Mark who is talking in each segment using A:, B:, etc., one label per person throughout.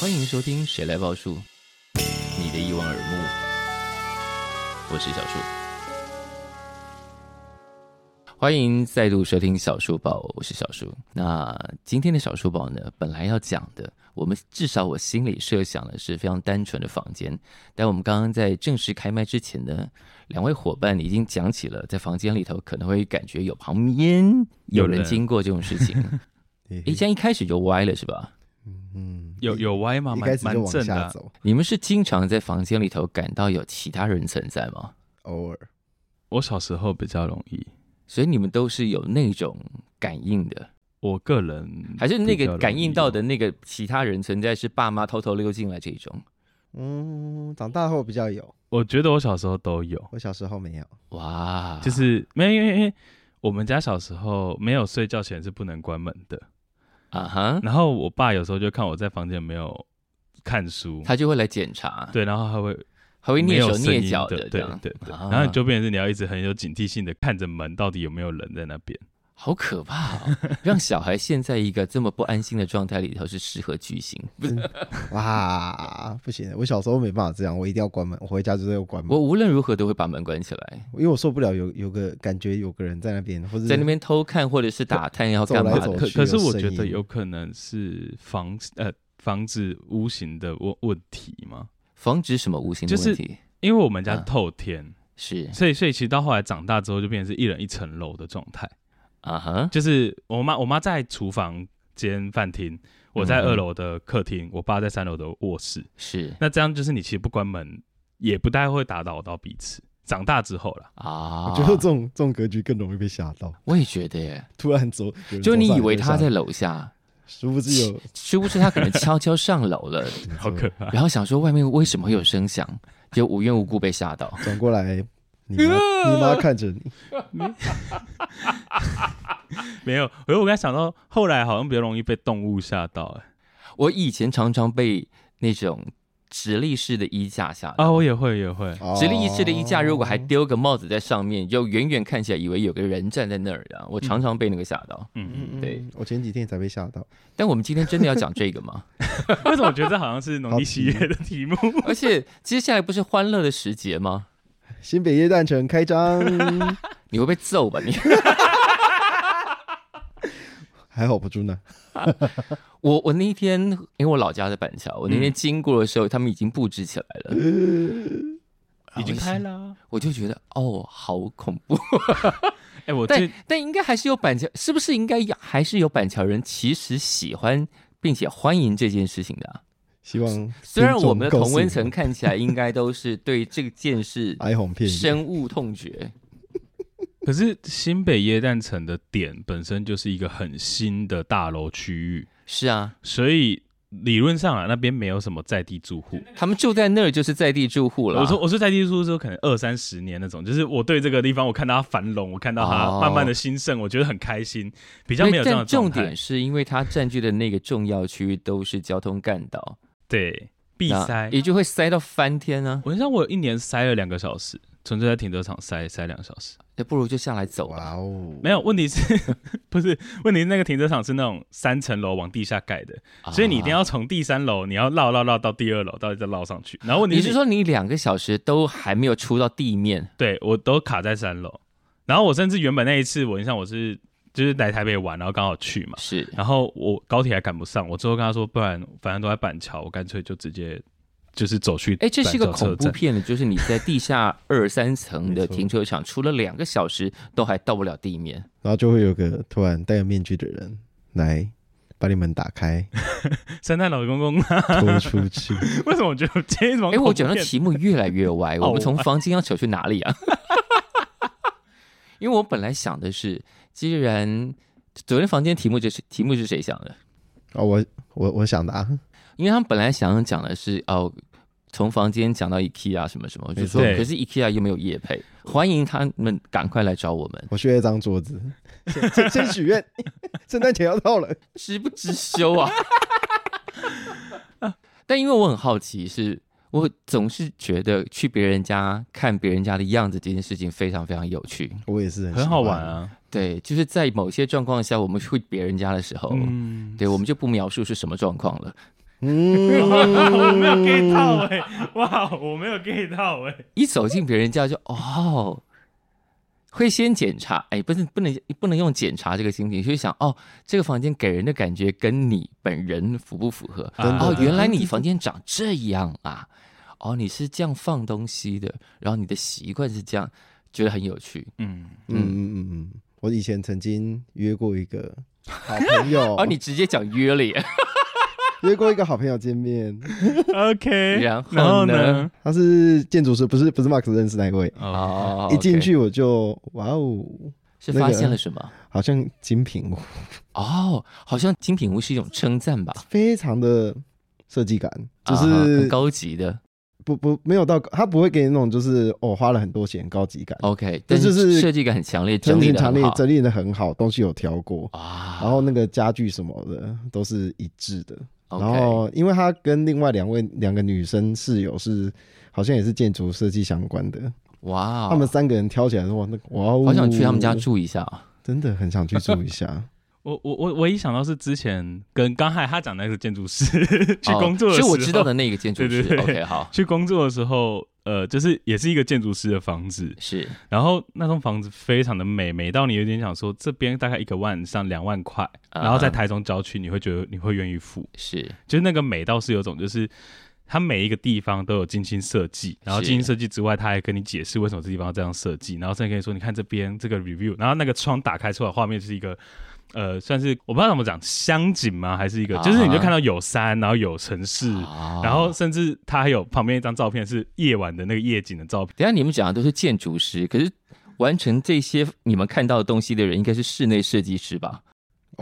A: 欢迎收听《谁来报数》，你的一望而目，我是小树。欢迎再度收听小书宝，我是小树。那今天的小书宝呢，本来要讲的，我们至少我心里设想的是非常单纯的房间，但我们刚刚在正式开麦之前呢，两位伙伴已经讲起了在房间里头可能会感觉有旁边有人经过这种事 情。诶，这样一开始就歪了是吧？
B: 嗯，有有歪吗？
C: 一开
B: 蛮
C: 始就
B: 蛮
C: 往
B: 正的
C: 下
B: 啊。
C: 走，
A: 你们是经常在房间里头感到有其他人存在吗？
C: 偶尔
B: 我小时候比较容易，
A: 所以你们都是有那种感应的，
B: 我个人
A: 还是那个感应到的
B: 比
A: 那个其他人存在是爸妈偷偷溜进来这一种？
C: 嗯，长大后比较有，
B: 较容易，我觉得我小时候都有，
C: 我小时候没有。
A: 哇，
B: 就是没有因为因为我们家小时候没有睡觉前是不能关门的，
A: 啊哈，
B: 然后我爸有时候就看我在房间没有看书，
A: 他就会来检查，，
B: 对，然后还会
A: 还会
B: 没
A: 蹑
B: 有
A: 手
B: 声音
A: 蹑脚
B: 的，
A: 这
B: 对
A: 样，
B: 对对，
A: 啊
B: 然后你就变成是你要一直很有警惕性的看着门到底有没有人在那边。
A: 好可怕 哦！让小孩陷在一个这么不安心的状态里头是适合巨星。
B: 嗯
C: 哇，不行，我小时候没办法这样，我一定要关门，我回家就是要关门
A: 我，无论如何都会把门关起来，
C: 因为我受不了有有个感觉有个人在那边，或者
A: 在那边偷看或者是打探要干嘛
C: 走来
A: 的
C: 走
B: 啊可
C: 去
B: 可是
C: 有
B: 我
C: 声
B: 觉得
C: 音
B: 有可能是房呃房子屋型的问问题嘛，
A: 防止什么无形的问题？
B: 因为我们家
A: 啊
B: 透天，
A: 是
B: 所以所以其实到后来长大之后就变成是一人一层楼的状态，
A: 啊哈，
B: 就是我妈我妈在厨房间饭厅，我
A: 嗯
B: 在
A: 哼
B: 二楼的客厅，我爸在三楼的卧室，
A: 是
B: 那这样就是你其实不关门也不太会打扰到彼此。长大之后啦，
A: 啊，
C: 我觉得这种这种格局更容易被吓到，
A: 我也觉得耶，
C: 突然走，有人
A: 就你
C: 走上来
A: 以为
C: 就
A: 他
C: 吓
A: 在楼下，
C: 殊不知有，
A: 殊不知他可能悄悄上楼了，
B: 好可怕。
A: 然后想说外面为什么会有声响，就无缘无故被吓到。
C: 转 过来，你妈你妈看着你，
B: 没有，可是我刚才想到，后来好像比较容易被动物吓到、欸，
A: 我以前常常被那种直立式的衣架吓到。
B: 啊，我也会也会，
A: 直立式的衣架，如果还
C: 哦
A: 丢个帽子在上面，就远远看起来以为有个人站在那儿啊！我常常被那个吓到。
B: 嗯，
C: 嗯
A: 对，
C: 嗯我前几天才被吓到，
A: 但我们今天真的要讲这个吗？
B: 嗯为什么我觉得这好像是农历七月的题目？
A: 而且接下来不是欢乐的时节吗？
C: 新北夜诞城 开张，
A: 你会被揍吧你？
C: 还好不住呢，
A: 我我那一天，因为我老家在板桥，我那天经过的时候，他们已经布置起来了，
B: 已经开
A: 了，
B: 了啊。
A: 我就觉得哦，好恐怖。
B: 哎、我最
A: 但但应该还是有板桥，是不是应该有还是有板桥人其实喜欢并且欢迎这件事情的啊、
C: 希望
A: 虽然我们的
C: 听众告
A: 同
C: 诉
A: 温
C: 我
A: 层看起来应该都是对这件 事
C: 哀鸿遍野，
A: 深恶痛绝，
B: 可是新北耶诞城的点本身就是一个很新的大楼区域，
A: 是啊，
B: 所以理论上啊，那边没有什么在地住户。
A: 他们住在那儿就是在地住户了。啊
B: 我说我说在地住户，说可能二三十年那种，就是我对这个地方，我看到它繁荣，我看到它
A: 哦
B: 慢慢的兴盛，我觉得很开心，比较
A: 因
B: 没有
A: 为
B: 这样的
A: 但重
B: 状态
A: 点是因为它占据的那个重要区域都是交通干道，
B: 对，闭
A: 那
B: 塞。
A: 也就会塞到翻天啊！
B: 我像我有一年塞了两个小时，纯粹在停车场塞塞两个小时。
A: 那不如就下来走吧。
C: 哇哦，
B: 没有，问题是， 不是问题是那个停车场是那种三层楼往地下盖的，所以你一定
A: 啊。
B: 要从第三楼，你要绕绕绕到第二楼，到再绕上去。然后问题
A: 你是说你两个小时都还没有出到地 面？
B: 对我都卡在三楼。然后我甚至原本那一次，我印象我是就是来台北玩，然后刚好去嘛，
A: 是
B: 然后我高铁还赶不上，我最后跟他说，不然反正都在板桥，我干脆就直接就是走去。
A: 哎，这是一个恐怖
B: 站。
A: 片的，就是你在地下二三层的
C: 没错
A: 停车场，除了两个小时都还到不了地面。
C: 然后就会有个突然戴个面具的人来把你们打 开
B: 圣诞老公公，啊
C: 拖出去。
B: 为什么我觉得今天怎么？
A: 哎，我讲的题目越来越歪，
B: 好
A: 我们从房间要扯去哪里啊？ 因为我本来想的是，既然昨天房间题目就是题目是谁想的？
C: 哦，我我我想的啊，
A: 因为他们本来想讲的是哦，从房间讲到 IKEA 什么什么，我就说
B: 对
A: 可是 IKEA 又没有业配，欢迎他们赶快来找我们，
C: 我需要一张 桌子，先先先许愿， 圣诞节要到了，
A: 知不知羞啊？但因为我很好奇是。我总是觉得去别人家看别人家的样子这件事情非常非常有趣。
C: 我也是很
B: 很好玩
C: 啊。
B: 啊。
A: 对，就是在某些状况下，我们去别人家的时候，
B: 嗯，
A: 对我们就不描述是什么状况了。
C: 嗯，
A: 哦
B: 我啊没有 get 到哎、哇，我没有 get 到哎、
A: 一走进别人家就哦，会先检查，哎，不是不能不能用检查这个心情，就是想哦，这个房间给人的感觉跟你本人符不符合？
C: 真的
A: 哦，原来你房间长这样啊！哦，你是这样放东西的，然后你的习惯是这样，觉得很有趣。
B: 嗯，
C: 嗯嗯嗯嗯，我以前曾经约过一个好朋 友，
A: 哦，你直接讲约 了耶！
C: 约过一个好朋友见面，
B: OK，
A: 然后
B: 后
A: 呢？
C: 他是建筑师，不是不是 Max 认识那一位。
A: 哦，
B: 哦，
C: 一进
A: OK
C: 去我就哇哦，
A: 是
C: 那
A: 发
C: 个
A: 现了什么？
C: 好像精品屋，
A: 哦，好像精品屋是一种称赞吧，
C: 非常的设计感，就
A: 啊哈很
C: 是
A: 高级的。
C: 不不没有到他不会给你那种就是哦花了很多钱高级感，
A: OK，
C: 这
A: 但
C: 就是是
A: 设计感很强烈，
C: 整
A: 哦整理
C: 体
A: 的
C: 强烈
A: 很好
C: 整理的很好，东西有挑过，
A: 啊。
C: 然后那个家具什么的都是一致的。然
A: OK，
C: 后，因为他跟另外两位两个女生室友是，好像也是建筑设计相关的。
A: 哇哦，
C: 他们三个人挑起来说：“哇，那哇、哦，
A: 好想去他们家，住一下啊。
C: 真的很想去住 一下。
B: 我我我唯一想到是之前跟刚才他讲那个建筑师 去
A: 哦
B: 工作的时
A: 是
B: 候，
A: 我知道的那个建筑
B: 对
A: 师。
B: 对对
A: OK，好，
B: 去工作的时候，呃，就是也是一个建筑师的房子，
A: 是
B: 然后那栋房子非常的美，美到你有点想说，这边大概一个万上两万块，
A: 啊
B: 然后在台中郊区，你会觉得你会愿意付，
A: 是
B: 就是那个美到是有种就是。它每一个地方都有精心设计，然后
A: 是
B: 精心设计之外，他还跟你解释为什么这地方要这样设计，然后甚至跟你说，你看这边这个 review，然后那个窗打开出来，画面是一个，呃，算是我不知道怎么讲，乡景吗？还是一个，
A: 啊
B: 就是你就看到有山，然后有城市，
A: 哦
B: 然后甚至他还有旁边一张照片是夜晚的那个夜景的照片，
A: 等一下你们讲的都是建筑师，可是完成这些你们看到的东西的人，应该是室内设计师吧？
C: 哦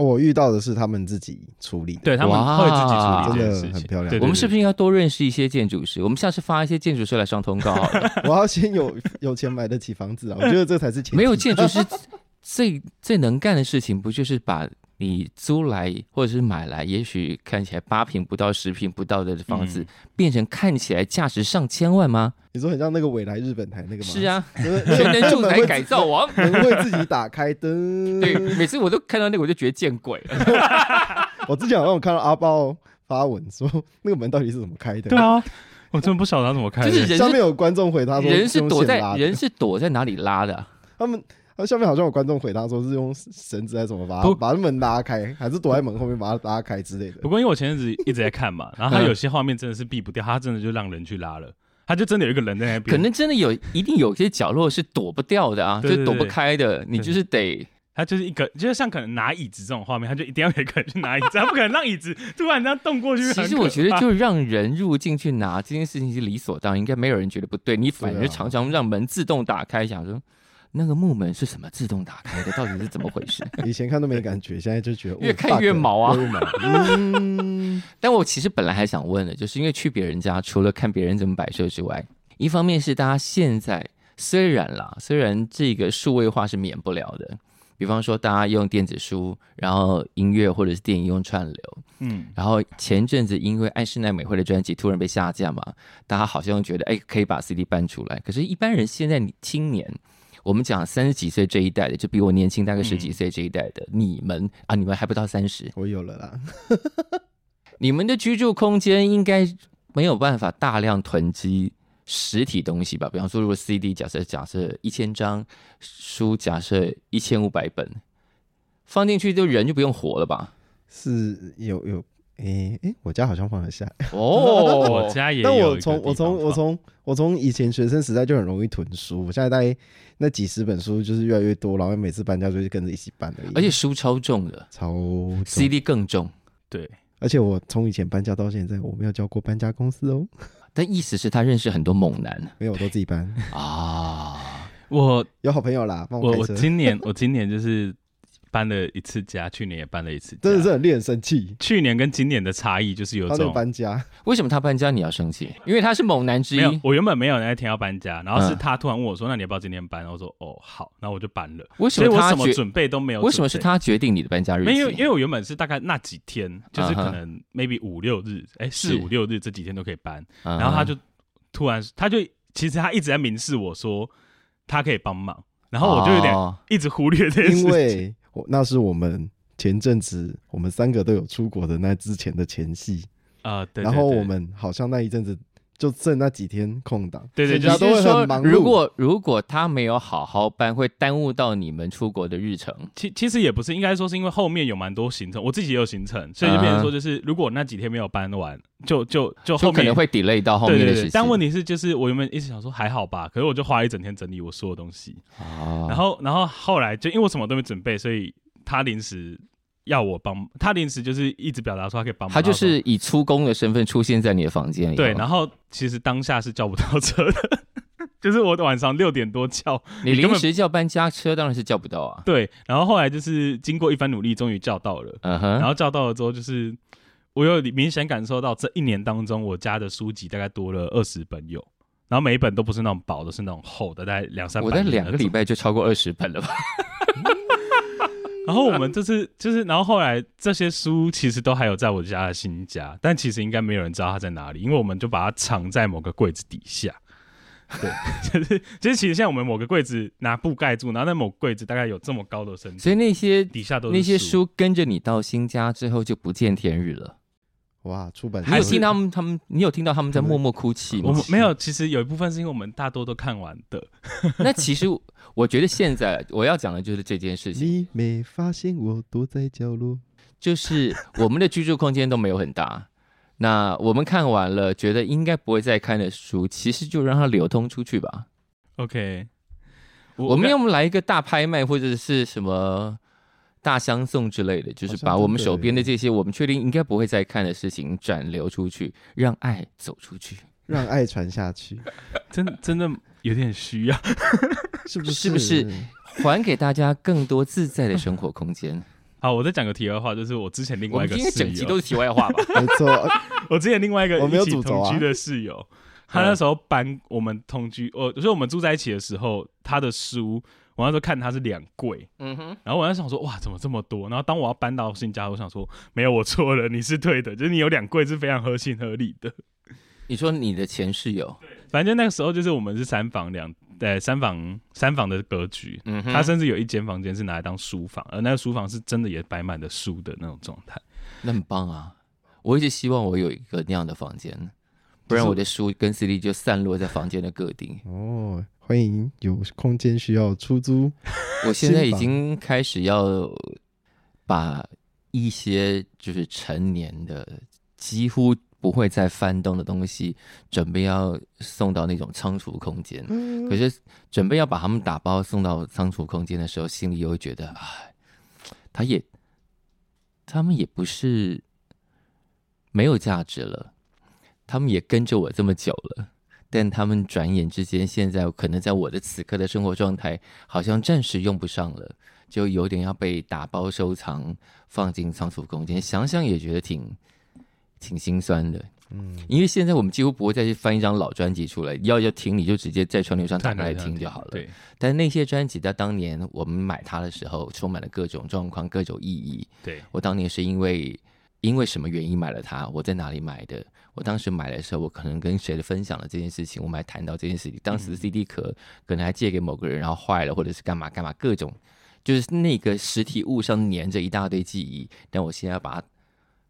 C: 我遇到的是他们自己处理的，
B: 对他们
A: 哇
B: 会自己处理这件事
C: 真的
B: 情，
C: 很漂亮
B: 对
A: 我们是不
B: 是？
A: 是应该多认识一些建筑师？我们下次发一些建筑师来上通告啊好了。
C: 我要先有有钱买得起房子啊！我觉得这才是前
A: 嗯
C: 提
A: 没有建筑师 最最能干的事情，不就是把你租来或者是买来，也许看起来八平不到、十平不到的房子，
B: 嗯
A: 变成看起来价值上千万吗？
C: 你说很像那个未来日本台那个吗？
A: 是，啊，
C: 就是 那
A: 全
C: 个
A: 能住
C: 门
A: 宅
C: 会
A: 改造王。
C: 门会自己打开灯。
A: 对，每次我都看到那个，我就觉得见鬼了。
C: 我之前好像有看到阿豹发文说那个门到底是怎么开的，
B: 对啊，我真的不晓得他怎么开的，
A: 就是人
C: 下面有观众回答说
A: 人是
C: 用
A: 躲
C: 线
A: 在
C: 拉的
A: 人是躲在哪里拉的啊？
C: 他们。他下面好像有观众回答说是用绳子还是怎么把
B: 不
C: 把门拉开，还是躲在门后面把它拉开之类的
B: 不。过因为我前阵子一直在 看嘛，然后他
A: 嗯
B: 有些画面真的是避不掉，他真的就让人去拉了，他就真的有一个人在那边，
A: 可能真的有，一定有些角落是躲不掉的啊，就
B: 对
A: 是
B: 对
A: 躲不
B: 对
A: 开的。你就是得
B: 他就是一个，就是像可能拿椅子这种画面，他就一定要有一个人去拿椅子，他不可能让椅子突然这样动过去。
A: 其
B: 很
A: 实
B: 可啊
A: 我觉得，
B: 怕
A: 就让人入境去拿这件事情是理所当然，应该没有人觉得不对。你反而
C: 对啊
A: 常常让门自动打开，想说那个木门是什么自动打开的，到底是怎么回 事？
C: 以前看都没感觉，现在就觉得
A: 越
C: 哦
A: 看越
C: fuck
A: 毛啊
C: 越毛嗯，
A: 但我其实本来还想问的，就是因为去别人家，除了看别人怎么摆设之外，一方面是大家现在虽然啦，虽然这个数位化是免不了的，比方说大家用电子书，然后音乐或者是电影用串流，
B: 嗯，
A: 然后前阵子因为安室奈美惠的专辑突然被下架嘛，大家好像觉得哎可以把 CD 搬出来，可是，一般人现在你青年，我们讲三十几岁这一代的，就比我年轻大
B: 嗯
A: 概十几岁这一代的，你们啊，你们还不到三十，
C: 我有了啦。
A: 你们的居住空间应该没有办法大量囤积实体东西吧？比方说，如果 CD 假设假设一千张，书假设一千五百本，放进去就人就不用活了 吧？
C: 是有有诶诶，我家好像放得下，
A: 哦，
B: 我家也有
C: 但
B: 一个
C: 我
B: 地
C: 从
B: 方
C: 我从我
B: 放
C: 从我从以前学生时代就很容易囤书，我现在大概那几十本书就是越来越多，然后每次搬家就是跟着一起搬而已。
A: 而且书超重的
C: 超重，
A: ，CD 更重。
B: 对，
C: 而且我从以前搬家到现在，我没有交过搬家公司哦，
A: 但意思是他认识很多猛男
C: 没有，我都自 己搬。
A: 啊。
B: 我
C: 有好朋友啦，帮
B: 我
C: 开
B: 我
C: 车，
B: 今年我今年就是搬了一次家，去年也搬了一次家，
C: 真的是很令人生气。
B: 去年跟今年的差异就是有
C: 他那个
B: 种。
C: 搬家，
A: 为什么他搬家你要生气？因为他是猛男之
B: 没有
A: 一，。
B: 我原本没有那天要搬家，然后是
A: 嗯
B: 他突然问我说：“那你要不要今天搬？”我说：“哦，好。”然后我就搬了，
A: 为什
B: 所以
A: 么
B: 我
A: 他
B: 什么
A: 决？
B: 准备都没有。
A: 为什么是？他决定你的搬家日期？
B: 没有，因为我原本是大概那几天，就是
A: 嗯哼
B: 可能 maybe 五六日，哎，四
A: 是
B: 五六日这几天都可以搬，
A: 嗯
B: 然后他就突然他就其实他一直在明示我说他可以帮忙，然后我就有点
A: 哦
B: 一直忽略这件事
C: 因
B: 情。
C: 为我那是我们前阵子我们三个都有出国的那之前的前戏，
B: 啊、对对
C: 然后
B: 对
C: 我们好像那一阵子就剩那几天空档，
B: 对对
C: 人
B: 就
C: 家
B: 是
C: 都会很忙碌。
A: 如果如果他没有好好办，会耽误到你们出国的日程。
B: 其其实也不是，应该说是因为后面有蛮多行程，我自己也有行程，所以就变成说，就是如果那几天没有搬完，就就就后
A: 嗯就
B: 面
A: 可能会 delay 到后
B: 对
A: 面的
B: 对
A: 事情
B: 对。。但问题是，就是我原本一直想说还好吧，可是我就花一整天整理我所有东西，
A: 哦，
B: 然后然后后来就因为我什么都没准备，所以他临时要我帮，他临时就是一直表达说他可以帮忙，
A: 他就
B: 然后
A: 是以出工的身份出现在你的房间里。哦
B: 说对，然后其实当下是叫不到车的， 就是我晚上六点多叫，
A: 你
B: 你根
A: 临
B: 本
A: 时叫搬家车，当然是叫不到啊。
B: 对，然后后来就是经过一番努力，终于叫到了。
A: 嗯
B: 然
A: 哼，
B: 后叫到了之后，就是我有明显感受到这一年当中，我家的书籍大概多了二十本有，然后每一本都不是那种薄的，是那种厚的，大概两三百。
A: 我在两个礼。拜就超过二十本了 吧？
B: 然后我们这次就是，然后后来这些书其实都还有在我家的新家，但其实应该没有人知道它在哪里，因为我们就把它藏在某个柜子底下。对， 就是就是，其实现在我们某个柜子拿布盖住，然后那某柜子大概有这么高的深度，
A: 所以那些
B: 底下都是
A: 那些书跟着你到新家之后就不见天日了。
C: 哇，出版
A: 你有
B: 是
A: 听到他们他们，你有听到他们在默默哭泣
B: 我
A: 吗
B: 们？没有，其实有一部分是因为我们大多都看完的，
A: 那其实我觉得现在我要讲的就是这件事情，
C: 你没发现我躲在角落？
A: 就是我们的居住空间都没有很大。那我们看完了，觉得应该不会再看的书，其实就让它流通出去吧。
B: OK，
A: 我们要不来一个大拍卖或者是什么大相送之类的，就是
C: 好像
A: 把
C: 真
A: 我们
C: 的
A: 手边的
C: 耶
A: 这些我们确定应该不会再看的事情转流出去，让爱走出去，
C: 让爱传下去，
B: 真真的有点需要。
C: 是不是？
A: 是不是？还给大家更多自在的生活空间。
B: 好，我再讲个题外话，就是我之 前另
A: 我
B: 外一
A: 们今
B: 个哦
A: 天
B: 室
A: 整集
B: 友，
A: 都是题外话吧？
C: 没错，
B: 我之前另外一个
C: 我没有
B: 一起
C: 主轴
B: 同
C: 啊
B: 居的室友，
A: 嗯
B: 他那时候搬我们同居，我所以我们住在一起的时候，他的书我那时候看他是两柜，
A: 嗯哼，
B: 然后我那时候想说哇怎么这么多，然后当我要搬到新家，我想说没有我错了，你是对的，就是你有两柜是非常合情合理的。
A: 你说你的前室友，
B: 反正那个时候就是我们是三房两呃三房三房的格局，
A: 嗯哼，
B: 他甚至有一间房间是拿来当书房，而那个书房是真的也摆满了书的那种状态。
A: 那很棒啊！我一直希望我有一个那样的房间，不然我的书跟 CD 就散落在房间的各地。
C: 哦，欢迎有空间需要出租，
A: 我现在已
C: 新房
A: 经开始要把一些就是成年的几乎不会再翻动的东西，准备要送到那种仓储空间。
C: 嗯
A: 可是准备要把它们打包送到仓储空间的时候，心里又会觉得，哎，他也，他们也不是没有价值了，他们也跟着我这么久了，但他们转眼之间，现在可能在我的此刻的生活状态，好像暂时用不上了，就有点要被打包收藏放进仓储空间，想想也觉得挺挺心酸的。
C: 嗯，
A: 因为现在我们几乎不会再去翻一张老专辑出来，要要听你就直接在串流上打开来听就好了。
B: 对
A: 但那些专辑在当年我们买它的时候，充满了各种状况、各种意义。
B: 对，
A: 我当年是因为因为什么原因买了它？我在哪里买的？我当时买的时候，我可能跟谁的分享了这件事情，我们还谈到这件事情。当时的 CD 壳可能还借给某个人，然后坏了，或者是干嘛干嘛，各种就是那个实体物上粘着一大堆记忆。但我现在要把它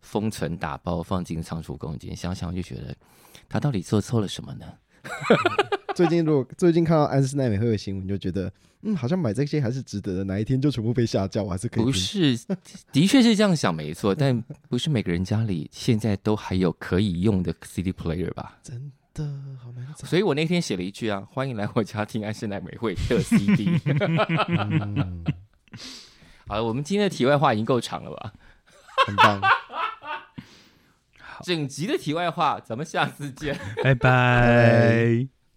A: 封存、打包，放进仓储空间，想想就觉得他到底做错了什么呢？
C: 最近如果 最近看到安室奈美惠的新闻，就觉得嗯，好像买这些还是值得的。哪一天就全部被下架，我还是可以
A: 不
C: 听。
A: 是，的确是这样想没错，但不是每个人家里现在都还有可以用的 CD player 吧？
C: 真的好难找。
A: 所以我那天写了一句啊，欢迎来我家听安室奈美惠的 CD。
C: 嗯，
A: 好了，我们今天的题外话已经够长了吧？
C: 很棒，
A: 整集的题外话，咱们下次见。
B: 拜拜。